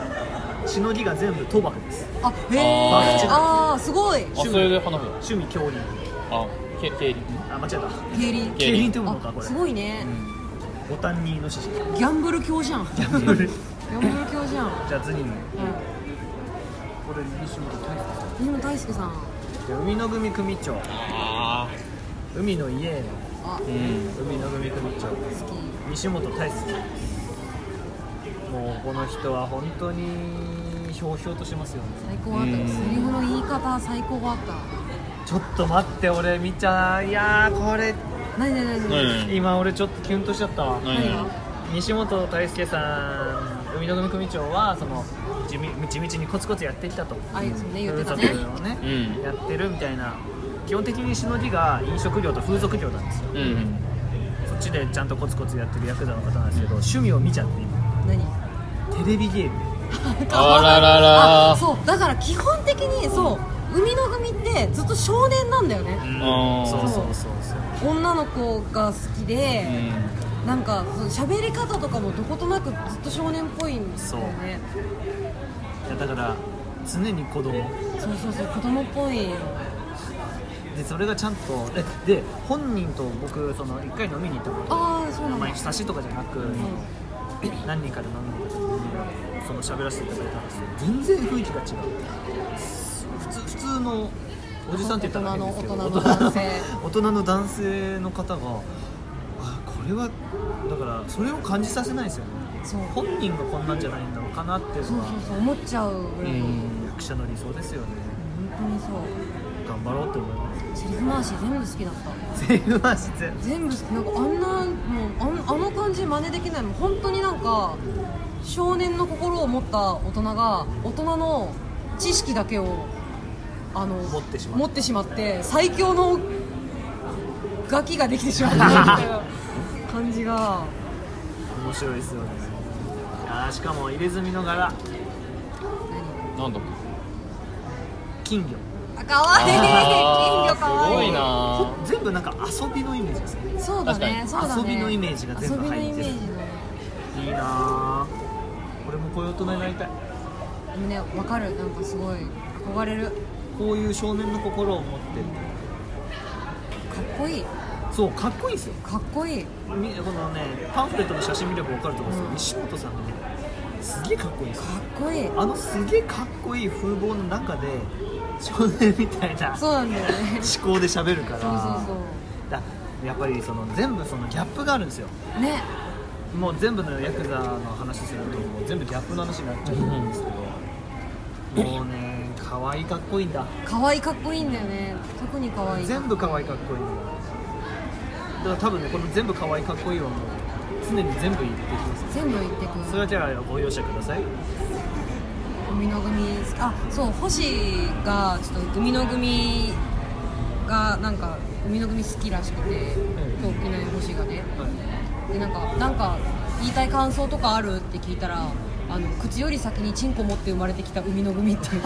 [SPEAKER 2] しのぎが全部賭博です
[SPEAKER 1] あへえあ
[SPEAKER 3] あ
[SPEAKER 1] あーすごい
[SPEAKER 3] あ
[SPEAKER 2] 趣味
[SPEAKER 3] それで花札
[SPEAKER 2] 趣味競輪
[SPEAKER 3] あけけ
[SPEAKER 2] あ間違えた
[SPEAKER 1] 競輪
[SPEAKER 3] 競
[SPEAKER 2] 競輪って読むのかこ
[SPEAKER 1] あ
[SPEAKER 2] れ
[SPEAKER 1] すごいね
[SPEAKER 2] ボタンにイノ シシじ
[SPEAKER 1] ギャンブル教じゃんギャ ンブル教じゃん
[SPEAKER 2] ゃあ次に
[SPEAKER 1] うん
[SPEAKER 2] これ西村大輔さん
[SPEAKER 1] 西野大輔さん
[SPEAKER 2] じゃあ海の組組長
[SPEAKER 3] あ
[SPEAKER 2] 海の家の
[SPEAKER 1] あ
[SPEAKER 3] ーうん
[SPEAKER 2] 海の組組長
[SPEAKER 1] 好き
[SPEAKER 2] 西本大輔さんですもうこの人は本当にひょうひょうとしてますよね
[SPEAKER 1] 最高だったよセリフの言い方最高だった
[SPEAKER 2] ちょっと待って俺見ちゃいやーこれ
[SPEAKER 1] 何何何何
[SPEAKER 3] うん
[SPEAKER 2] 今俺ちょっとキュンとしちゃったわ、
[SPEAKER 3] うん
[SPEAKER 1] 何が
[SPEAKER 2] 西本大輔さん海の組組長はその地味地道にコツコツやってきたと
[SPEAKER 1] あいつもね言ってたね
[SPEAKER 2] ふるさとをね、
[SPEAKER 3] うん
[SPEAKER 2] やってるみたいな基本的にしのぎが飲食業と風俗業なんですよ
[SPEAKER 3] うん
[SPEAKER 2] そっちでちゃんとコツコツやってるヤクザの方なんですけど趣味を見ちゃって今
[SPEAKER 1] 何
[SPEAKER 2] テレビゲーム
[SPEAKER 3] あららら
[SPEAKER 1] あそうだから基本的にそう海の組ってずっと少年なんだよね
[SPEAKER 3] あー
[SPEAKER 2] そうそうそうそう
[SPEAKER 1] 女の子が好きで
[SPEAKER 3] う、ん
[SPEAKER 1] なんかその喋り方とかもどことなくずっと少年っぽいんですよね
[SPEAKER 2] いやだから常に子供
[SPEAKER 1] そうそうそう子供っぽい
[SPEAKER 2] でそれがちゃんとえで本人と僕その一回飲みに行ったこ
[SPEAKER 1] ああそうな
[SPEAKER 2] と
[SPEAKER 1] んだ
[SPEAKER 2] 毎日差しとかじゃなく、
[SPEAKER 1] う
[SPEAKER 2] 何人かで飲みに行った時にその喋らせていただいたんですけど全然雰囲気が違う普通普通のおじさんって言ったら変ですけど
[SPEAKER 1] 大人の大人の男性
[SPEAKER 2] 大人の男性の方があこれはだからそれを感じさせないですよね
[SPEAKER 1] んそう
[SPEAKER 2] 本人がこんなんじゃないんだろうかなっていう
[SPEAKER 1] そう
[SPEAKER 2] の
[SPEAKER 1] そう
[SPEAKER 2] は
[SPEAKER 1] そう思っちゃうぐらい、
[SPEAKER 3] う
[SPEAKER 1] 本
[SPEAKER 3] ん
[SPEAKER 2] 役者の理想ですよね
[SPEAKER 1] 当にそう
[SPEAKER 2] 頑張ろうって思います
[SPEAKER 1] セリフ回し 全部好きだった
[SPEAKER 2] セリフは全然
[SPEAKER 1] 全部好きなんかあんなもうあんあの感じ真似できないもん本当になんか少年の心を持った大人が大人の知識だけをあの
[SPEAKER 2] 持ってしまう
[SPEAKER 1] 持ってしまって最強のガキができてしまったみた いな感じが
[SPEAKER 2] 面白いですよねあーしかも入れ墨の柄
[SPEAKER 1] 何
[SPEAKER 3] なんだっけ
[SPEAKER 2] 金魚
[SPEAKER 1] あかわいい金
[SPEAKER 3] あー
[SPEAKER 1] 魚かわいい
[SPEAKER 3] すごいな
[SPEAKER 2] 全部なんか遊びのイメージですね
[SPEAKER 1] そうだねそう
[SPEAKER 2] 確か
[SPEAKER 1] だ
[SPEAKER 2] に
[SPEAKER 1] ね
[SPEAKER 2] 遊びのイメージが全部入ってる
[SPEAKER 1] 遊びのイメージだね
[SPEAKER 2] いいなあ俺もこういう大人になりたい
[SPEAKER 1] でもねわかるなんかすごい憧れるかっ
[SPEAKER 2] こういう少年の心を持って
[SPEAKER 1] こいい
[SPEAKER 2] そうかっこいいですよ
[SPEAKER 1] かっこいい
[SPEAKER 2] みこのねパンフレットの写真見れば分かると思うん
[SPEAKER 1] うん
[SPEAKER 2] ですけど、西本さんがねすげえかっこいいんですよ
[SPEAKER 1] かっこいい
[SPEAKER 2] あのすげえかっこいい風貌の中で少年みたいな
[SPEAKER 1] そうなんだよねそう
[SPEAKER 2] 思考で喋るから
[SPEAKER 1] そうそ
[SPEAKER 2] だやっぱりその全部そのギャップがあるんですよ
[SPEAKER 1] うね
[SPEAKER 2] もう全部のヤクザの話するともう全部ギャップの話になっちゃうんですけど、もうね可愛いかっこいいんだ
[SPEAKER 1] 可愛いかっこいいんだよね特に可愛い
[SPEAKER 2] 全部可愛いかっこいいんだだから多分ねこの全部可愛いかっこいいはもう常に全部言ってきます
[SPEAKER 1] 全部言って
[SPEAKER 2] そ
[SPEAKER 1] く
[SPEAKER 2] れ
[SPEAKER 1] る
[SPEAKER 2] だけはご容赦ください
[SPEAKER 1] 海の組あそう星がちょっと海の組がなんか海の組好きらしくて今日沖縄に星がねでなんかなんか言いたい感想とかあるって聞いたらあの口より先にチンコ持って生まれてきた海の組 っていう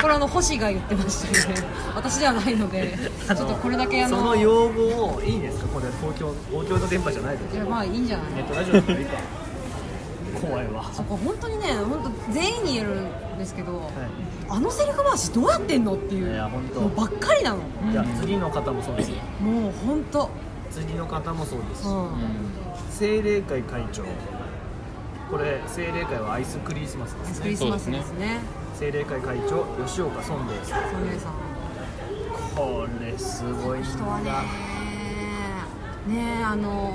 [SPEAKER 1] これあの星が言ってましたね私ではないのでちょっとこれだけあの
[SPEAKER 2] その用語をいいんですかこれ東京東京の電波じゃないで
[SPEAKER 1] い
[SPEAKER 2] す
[SPEAKER 1] やまあいいんじゃない
[SPEAKER 2] ネットラジオだったらいいか怖いわ
[SPEAKER 1] そこ本当にね本当全員に言えるんですけど、
[SPEAKER 2] は
[SPEAKER 1] あのセリフ回しどうやってんのっていう
[SPEAKER 2] いや本当
[SPEAKER 1] のばっかりなの
[SPEAKER 2] いいや次の方もそうですよ
[SPEAKER 1] もう本当
[SPEAKER 2] 次の方もそうですし
[SPEAKER 1] うん
[SPEAKER 2] 精霊会会長これ精霊会はアイスクリスマスです
[SPEAKER 1] クリ
[SPEAKER 2] ね
[SPEAKER 1] スマスですね
[SPEAKER 2] 精霊会会長吉岡孫兵衛さん
[SPEAKER 1] ソニエさん
[SPEAKER 2] これすごいんだ
[SPEAKER 1] 人はねねえあの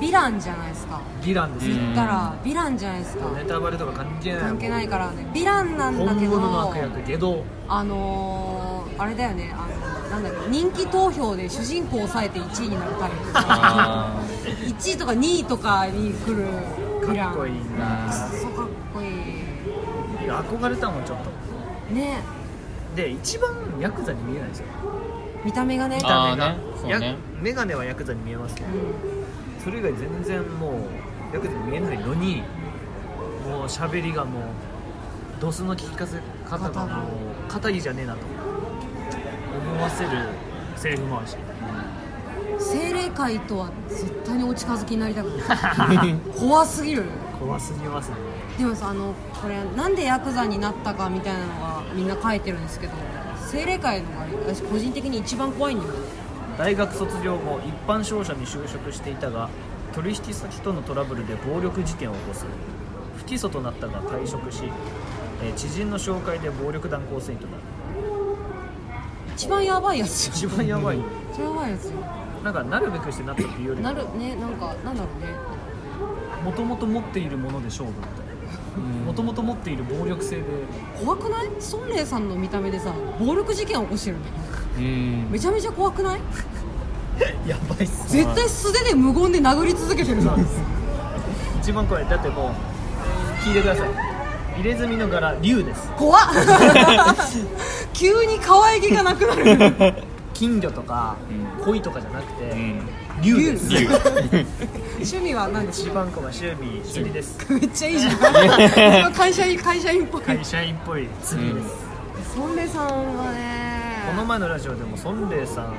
[SPEAKER 1] ヴィランじゃないですか
[SPEAKER 2] ヴィランです
[SPEAKER 3] うん
[SPEAKER 2] ね
[SPEAKER 1] 言ったらヴィランじゃないですか
[SPEAKER 2] ネタバレとか関係ない
[SPEAKER 1] 関係ないからねヴィランなんだけ
[SPEAKER 2] 本
[SPEAKER 1] ど
[SPEAKER 2] 物の悪役ゲド
[SPEAKER 1] あのー、あれだよねあのなんだっけ人気投票で主人公を抑えて1位になるタイプ
[SPEAKER 3] あ
[SPEAKER 1] 1位とか2位とかに来るヴィラン
[SPEAKER 2] かっこいいな
[SPEAKER 1] そうかっこい
[SPEAKER 2] 憧れたもんちょっと
[SPEAKER 1] いね
[SPEAKER 2] で一番ヤクザに見えないんですよ
[SPEAKER 1] 見た目がね
[SPEAKER 2] 見
[SPEAKER 3] あ
[SPEAKER 2] た
[SPEAKER 3] ー
[SPEAKER 2] 目が、
[SPEAKER 3] ねそうね
[SPEAKER 2] や眼鏡はヤクザに見えますね
[SPEAKER 1] う
[SPEAKER 2] それ以外全然もうヤクザに見えないのにもう喋りがもうドスの聞きかせ方がもう肩着じゃねえなと思わせるセリフ回し
[SPEAKER 1] ん精霊界とは絶対にお近づきになりたくない
[SPEAKER 3] ー
[SPEAKER 1] 怖すぎる
[SPEAKER 2] 怖すぎますね
[SPEAKER 1] でもさあのこれなんでヤクザになったかみたいなのがみんな書いてるんですけど精霊界のが私個人的に一番怖いんだよね
[SPEAKER 2] 大学卒業後一般商社に就職していたが取引先とのトラブルで暴力事件を起こす不起訴となったが退職しえー知人の紹介で暴力団構成員となる
[SPEAKER 1] 一番やばいやつよ
[SPEAKER 2] 一番やばい
[SPEAKER 1] 一番やばいやつよ
[SPEAKER 2] なんかなるべくしてなったっていうより
[SPEAKER 1] なるねなんかなんだろうね
[SPEAKER 2] もともと持っているもので勝負みたいなもともと持っている暴力性で
[SPEAKER 1] 怖くない孫麗さんの見た目でさ暴力事件起こしてるの
[SPEAKER 3] うん
[SPEAKER 1] めちゃめちゃ怖くない
[SPEAKER 2] やばいっす
[SPEAKER 1] 絶対素手で無言で殴り続けてるじゃん
[SPEAKER 2] 一番怖いだってもう聞いてください入れ墨の柄竜です
[SPEAKER 1] 怖 っ急に可愛げがなくなる
[SPEAKER 2] 金魚とか、
[SPEAKER 3] う
[SPEAKER 2] 恋とかじゃなくて、
[SPEAKER 3] うん
[SPEAKER 2] 竜です
[SPEAKER 1] 竜趣味は何でし
[SPEAKER 2] 一番怖い趣味釣りです
[SPEAKER 1] めっちゃいいじ ゃん会社員会社員っぽい
[SPEAKER 2] 会社員っぽい釣りです、
[SPEAKER 1] 孫麗さんはね
[SPEAKER 2] この前のラジオでも孫礼さん
[SPEAKER 1] ね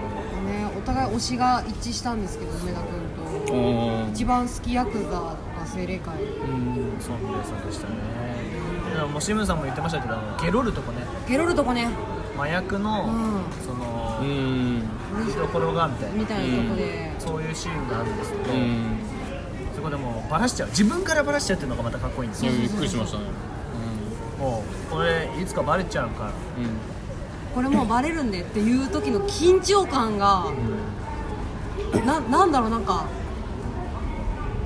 [SPEAKER 1] お互い推しが一致したんですけど梅田君と
[SPEAKER 3] おー
[SPEAKER 1] 一番好きヤクザが精霊界
[SPEAKER 2] うん孫礼さんでしたねいやもうシムさんも言ってましたけどあのゲロるとこね
[SPEAKER 1] ゲロるとこね
[SPEAKER 2] 麻薬の、
[SPEAKER 1] うん
[SPEAKER 2] その
[SPEAKER 3] う、ん
[SPEAKER 2] 見どころがみたいな
[SPEAKER 1] みたいなとこで、
[SPEAKER 2] そういうシーンがあるんですけど、
[SPEAKER 3] うん
[SPEAKER 2] そこでもうバラしちゃう自分からバラしちゃうっていうのがまたかっこいいんです
[SPEAKER 3] いや
[SPEAKER 2] よ
[SPEAKER 3] びっくりしましたね
[SPEAKER 2] もう俺いつかバレちゃうから
[SPEAKER 3] うんうん
[SPEAKER 1] これもうバレるんでっていう時の緊張感が、ななんだろうなんか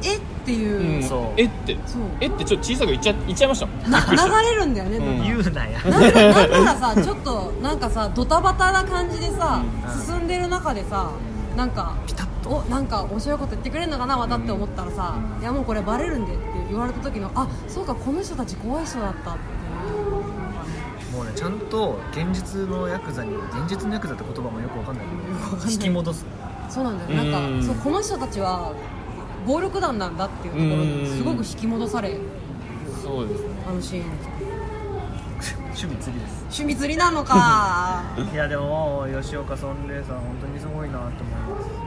[SPEAKER 1] えっていう、
[SPEAKER 3] うん
[SPEAKER 2] そう
[SPEAKER 3] えって
[SPEAKER 1] そう
[SPEAKER 3] えってちょっと小さく言っちゃ言っちゃいましたもん
[SPEAKER 1] な流れるんだよね、
[SPEAKER 3] うん
[SPEAKER 2] 言うなや
[SPEAKER 1] なんかなんならさち ょっとなんかさドタバタな感じでさ、
[SPEAKER 2] うん
[SPEAKER 1] 進んでる中でさなんかピタッとおなんか面白いこと言ってくれるのかなまたって思ったらさ、いやもうこれバレるんでって言われた時のあそうかこの人たち怖い人だったって
[SPEAKER 2] もうねちゃんと現実のヤクザに現実のヤクザって言葉もよくわかんないけど引き戻す
[SPEAKER 1] そうなんだよなんか
[SPEAKER 3] うん
[SPEAKER 1] そうこの人たちは暴力団なんだっていうところにすごく引き戻され
[SPEAKER 3] そうですね
[SPEAKER 1] あのシーン
[SPEAKER 2] 趣味釣りです
[SPEAKER 1] 趣味釣りなのかね
[SPEAKER 2] いやでも吉岡孫礼さん本当にすごいなと思います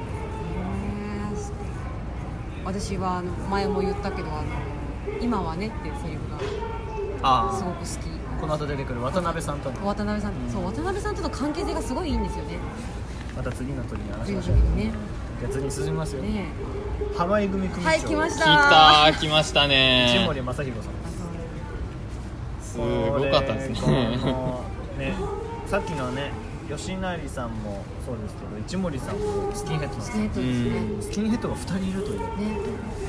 [SPEAKER 1] え私はあの前も言ったけどあの「今はね」っていうセリフがすご
[SPEAKER 2] あ
[SPEAKER 1] く好き
[SPEAKER 2] あこの後出てくる渡辺さんとの
[SPEAKER 1] 渡辺さんそう渡辺さんとの関係性がすごいいいんですよね
[SPEAKER 2] また次の時に話しましょう
[SPEAKER 1] 次の時にね
[SPEAKER 2] じゃあ次に進みますよ、
[SPEAKER 1] ね
[SPEAKER 2] ハワイ組組
[SPEAKER 1] えは
[SPEAKER 2] 長
[SPEAKER 1] い来まし
[SPEAKER 3] 来
[SPEAKER 1] た
[SPEAKER 3] たー来ました
[SPEAKER 2] 藤
[SPEAKER 3] ね
[SPEAKER 2] 森正弘さん
[SPEAKER 3] すごかったですね
[SPEAKER 2] これこのねさっきのね吉成さんもそうですけど市森さんもスキンヘッドなんで
[SPEAKER 1] ス
[SPEAKER 2] す
[SPEAKER 1] ケ
[SPEAKER 2] よ
[SPEAKER 1] ートですね
[SPEAKER 2] スキンヘッドが2人いるという
[SPEAKER 1] ね、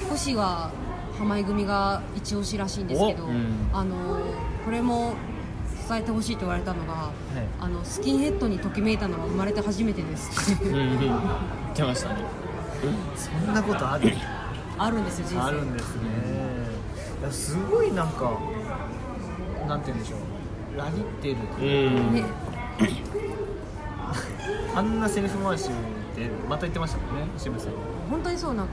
[SPEAKER 1] 星は浜井組が一押しらしいんですけど、
[SPEAKER 3] おうん
[SPEAKER 1] あのこれも伝えてほしいと言われたのが、あのスキンヘッドにときめいたのは生まれて初めてですって
[SPEAKER 3] うんうん言ってましたね
[SPEAKER 2] そんなことある
[SPEAKER 1] あるんですよ人生
[SPEAKER 2] あるんですねいやすごいなんかなんて言うんでしょうラリってる
[SPEAKER 3] うん
[SPEAKER 1] ね
[SPEAKER 2] あんなセリフ回しでまた言ってましたもんね渋谷さん
[SPEAKER 1] 本当にそうなんか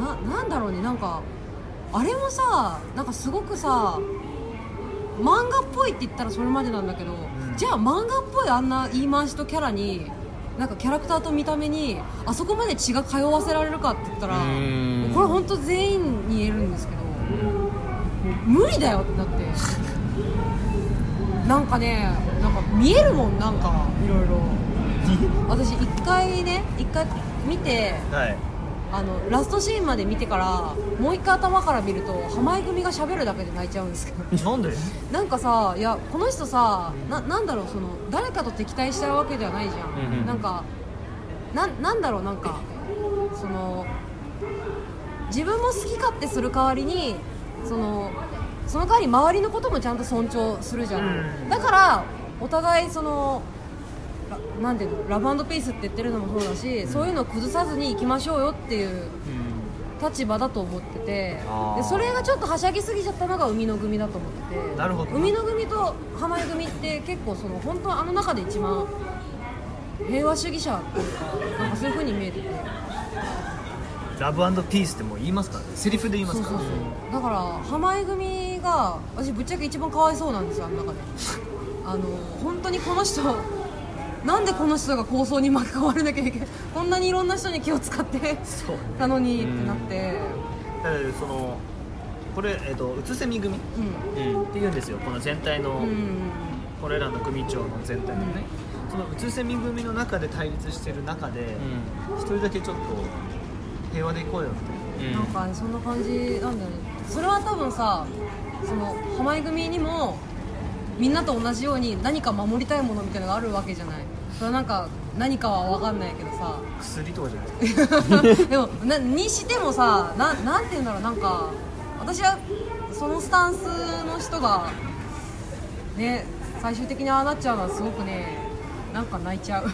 [SPEAKER 1] もうななんだろうねなんかあれもさなんかすごくさ漫画っぽいって言ったらそれまでなんだけど、
[SPEAKER 2] ん
[SPEAKER 1] じゃあ漫画っぽいあんな言い回しとキャラになんかキャラクターと見た目にあそこまで血が通わせられるかって言ったら
[SPEAKER 3] うん
[SPEAKER 1] これ本当全員に言えるんですけど無理だよだって なんかねなんか見えるもんなんかいろい ろ私一回ね一回見て
[SPEAKER 2] はい
[SPEAKER 1] あのラストシーンまで見てからもう一回頭から見ると浜井組が喋るだけで泣いちゃうんですけど
[SPEAKER 2] なんで
[SPEAKER 1] なんかさいやこの人さななんだろうその誰かと敵対したわけではないじゃん、
[SPEAKER 3] うんうん
[SPEAKER 1] なんかなんなんだろうなんかその自分も好き勝手する代わりにそのその代わり周りのこともちゃんと尊重するじゃない、
[SPEAKER 2] うん
[SPEAKER 1] だからお互いそのラなんていうのラブピースって言ってるのもそうだし、そういうのを崩さずに行きましょうよっていう立場だと思ってて
[SPEAKER 2] あー
[SPEAKER 1] でそれがちょっとはしゃぎすぎちゃったのが海の組だと思ってて
[SPEAKER 2] なるほど
[SPEAKER 1] 海の組と浜江組って結構その本当あの中で一番平和主義者っていうかなんかそういう風に見えてて
[SPEAKER 2] ラブピースってもう言いますからねセリフで言いま
[SPEAKER 1] そう
[SPEAKER 2] す
[SPEAKER 1] そう
[SPEAKER 2] か
[SPEAKER 1] そう
[SPEAKER 2] ら
[SPEAKER 1] だから浜江組が私ぶっちゃけ一番かわいそうなんですよあの 中であの本当にこの人なんでこの人が構想に巻き込まれなきゃいけないこんなにいろんな人に気を使 って
[SPEAKER 2] そうね
[SPEAKER 1] たのにってなって
[SPEAKER 2] だからそのこれ、えっとうつせみ組っ
[SPEAKER 1] う
[SPEAKER 3] うんうん
[SPEAKER 2] ていうんですよこの全体の、
[SPEAKER 1] んうん
[SPEAKER 2] これらの組長の全体のね、そのうつせみ組の中で対立してる中で一、人だけちょっと平和でいこうよみたいな
[SPEAKER 3] うん
[SPEAKER 1] なんかそんな感じなんだよねそれは多分さその浜井組にもみんなと同じように何か守りたいものみたいなのがあるわけじゃないそれはなんか何かは分かんないけどさ
[SPEAKER 2] 薬とかじゃないですか
[SPEAKER 1] でもなにしてもさななんて言うんだろうなんか私はそのスタンスの人がね最終的にああなっちゃうのはすごくねなんか泣いちゃう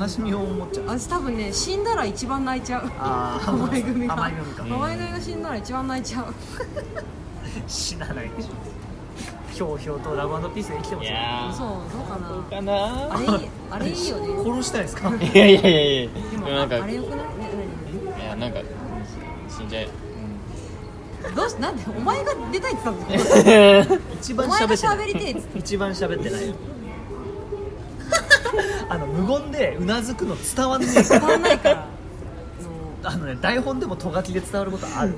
[SPEAKER 2] 悲しみを思っちゃう
[SPEAKER 1] 私多分ね死んだら一番泣いちゃう
[SPEAKER 2] あー
[SPEAKER 1] 浜井組が
[SPEAKER 2] 浜井組か
[SPEAKER 1] 浜井組が死んだら一番泣いちゃう
[SPEAKER 2] 死なないでしょひょうひょうとラブピースで生きてます
[SPEAKER 3] い
[SPEAKER 2] よ
[SPEAKER 3] や
[SPEAKER 1] そう、どうか
[SPEAKER 3] ーどう
[SPEAKER 1] な。
[SPEAKER 3] かな
[SPEAKER 1] あれいい、あれいいよね。
[SPEAKER 2] 殺したいですか
[SPEAKER 3] いやいやいやいや
[SPEAKER 1] で
[SPEAKER 3] で
[SPEAKER 1] も、
[SPEAKER 3] も
[SPEAKER 1] あ
[SPEAKER 3] なんか
[SPEAKER 1] あれよくない、ね、
[SPEAKER 3] いやなんか死んじゃえ
[SPEAKER 1] 何。どうし、なんで、お前が出たいって言ってたの。
[SPEAKER 2] 一番喋って
[SPEAKER 1] お前が喋りてえっつっ
[SPEAKER 2] 一番喋ってないあの無言でうなずくの伝わんねえか
[SPEAKER 1] 伝わんないから。
[SPEAKER 2] らあのね台本でもとがきで伝わることある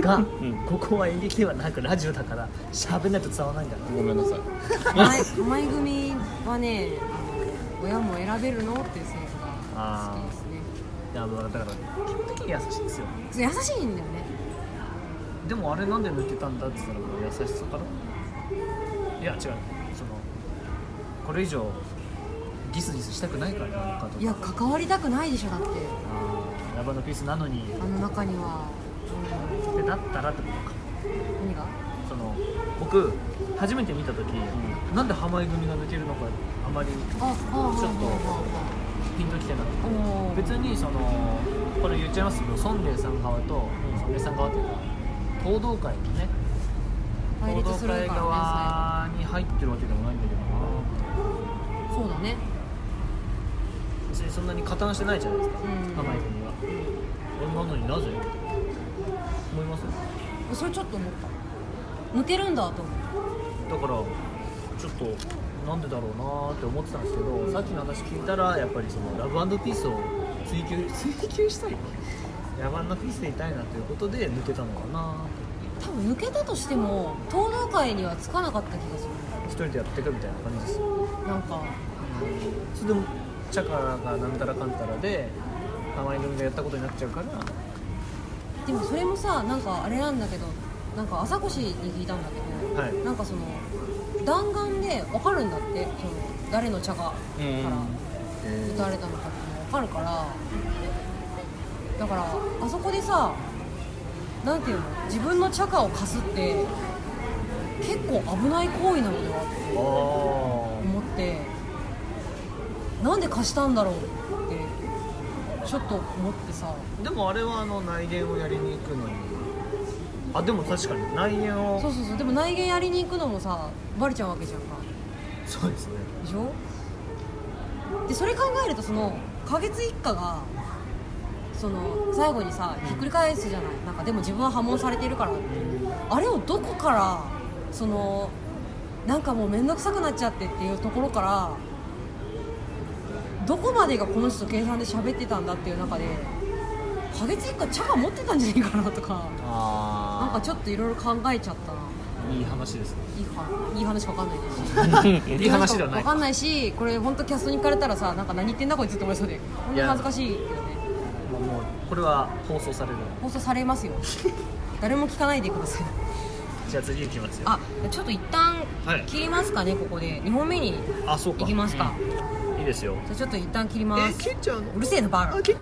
[SPEAKER 2] が、ここは演劇ではなくラジオだから喋んないと伝わらないんだな
[SPEAKER 3] ごめんなさい
[SPEAKER 1] 前、前組はね、あの親も選べるのっていうセリフが好きですね。
[SPEAKER 2] いやもうだから基本的に優しいですよ
[SPEAKER 1] そう優しいんだよね。
[SPEAKER 2] でもあれなんで抜けたんだって言ったらもう優しさからいや違うそのこれ以上ギスギスしたくないからなのかと
[SPEAKER 1] いや、関わりたくないでしょだって、
[SPEAKER 2] あーラバのピースなのにっ
[SPEAKER 1] あの中には。
[SPEAKER 2] てなったらってことか
[SPEAKER 1] うん、何が。
[SPEAKER 2] その僕初めて見た時、なんで浜井組が抜けるのかあまり
[SPEAKER 1] あ、あ、あ、
[SPEAKER 2] ちょっとピンときてなくて
[SPEAKER 1] あ、あ、おお。
[SPEAKER 2] 別にそのこれ言っちゃいますけどソンデーさん側と、ソンデーさん側っていうか報道会のね
[SPEAKER 1] 対
[SPEAKER 2] 報道
[SPEAKER 1] 立するから
[SPEAKER 2] 会
[SPEAKER 1] ね
[SPEAKER 2] 側に入ってるわけでもないんだけどな
[SPEAKER 1] 最後。そうだね。
[SPEAKER 2] 別にそんなに加担してないじゃないですか
[SPEAKER 1] うん
[SPEAKER 2] 甘い国は俺なのになぜ思いますよ
[SPEAKER 1] それちょっと思った。抜けるんだと思って。
[SPEAKER 2] だからちょっとなんでだろうなーって思ってたんですけどさっきの話聞いたらやっぱりそのラブピースを追求 追求し たい野蛮なピースでいたいなということで抜けたのかな
[SPEAKER 1] 多分抜けたとしても東道会にはつかなかった気がする
[SPEAKER 2] 一人でやっていくみたいな感じですよ
[SPEAKER 1] なんか
[SPEAKER 2] それでもチャカがなんたらかんたらで甘い組でやったことになっちゃうから
[SPEAKER 1] でもそれもさなんかあれなんだけどなんか朝越に聞いたんだけど、
[SPEAKER 2] はい
[SPEAKER 1] なんかその弾丸で分かるんだってその誰の茶がから
[SPEAKER 3] うん
[SPEAKER 1] 撃たれたのかっていうのが分かるからだからあそこでさなんていうの自分の茶化を貸すって結構危ない行為なのではって
[SPEAKER 2] あー
[SPEAKER 1] 思ってなんで貸したんだろうってちょっと思ってさ
[SPEAKER 2] でもあれはあの内縁をやりに行くのにあでも確かに内縁を
[SPEAKER 1] そうそうそうでも内言やりに行くのもさバレちゃうわけじゃんか
[SPEAKER 2] そうですね
[SPEAKER 1] でしょでそれ考えるとその花月一家がその最後にさひっくり返すじゃないなんかでも自分は破門されているからってあれをどこからそのなんかもう面倒くさくなっちゃってっていうところからどこまでがこの人と計算で喋ってたんだっていう中で花月一家茶が持ってたんじゃないかなとかなん
[SPEAKER 2] あ
[SPEAKER 1] かちょっといろいろ考えちゃったな
[SPEAKER 2] あいい話ですね
[SPEAKER 1] いいはいい話か分かんないけど
[SPEAKER 2] いい話ではない
[SPEAKER 1] わかんないしこれ本当キャストに聞かれたらさなんか何言ってんだこいつって思いそうで本当に恥ずかしいけどね
[SPEAKER 2] まあもうこれは放送される
[SPEAKER 1] 放送されますよ 誰も聞かないでください
[SPEAKER 2] じゃあ次行きますよ
[SPEAKER 1] あちょっと一旦
[SPEAKER 2] はい
[SPEAKER 1] 切りますかねここで2本目に
[SPEAKER 2] あそうか
[SPEAKER 1] 行きますか、
[SPEAKER 2] うん
[SPEAKER 4] いいですよ
[SPEAKER 1] じゃあちょっと一旦切ります
[SPEAKER 2] 切っちゃうの
[SPEAKER 1] うるせえなバーガー
[SPEAKER 2] あ切っ